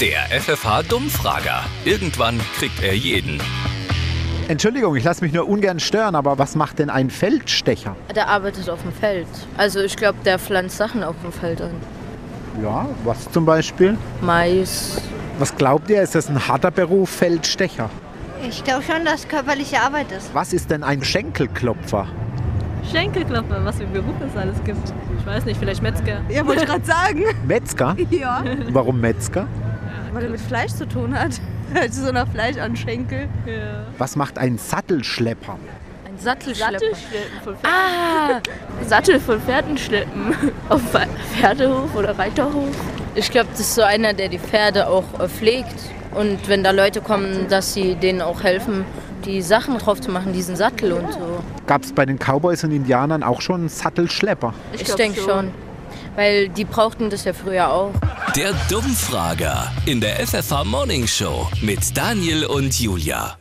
Der FFH-Dummfrager. Irgendwann kriegt er jeden. Entschuldigung, ich lasse mich nur ungern stören, aber was macht denn ein Feldstecher? Der arbeitet auf dem Feld. Also ich glaube, der pflanzt Sachen auf dem Feld an. Ja, was zum Beispiel? Mais. Was glaubt ihr, ist das ein harter Beruf, Feldstecher? Ich glaube schon, dass körperliche Arbeit ist. Was ist denn ein Schenkelklopfer? Schenkelklopfer, was für Berufe es alles gibt. Ich weiß nicht, vielleicht Metzger. Ja, wollte ich gerade sagen. Metzger? Ja. Warum Metzger? Weil er mit Fleisch zu tun hat. Also so nach Fleisch an Schenkel. Was macht ein Sattelschlepper? Ein Sattelschlepper. Sattelschleppen von Pferden. Ah, Sattel von Pferden schleppen. Auf Pferdehof oder Reiterhof. Ich glaube, das ist so einer, der die Pferde auch äh, pflegt. Und wenn da Leute kommen, dass sie denen auch helfen, die Sachen drauf zu machen, diesen Sattel und so. Gab es bei den Cowboys und Indianern auch schon einen Sattelschlepper? Ich, glaub denke schon. Weil die brauchten das ja früher auch. Der Dummfrager in der FFH Morning Show mit Daniel und Julia.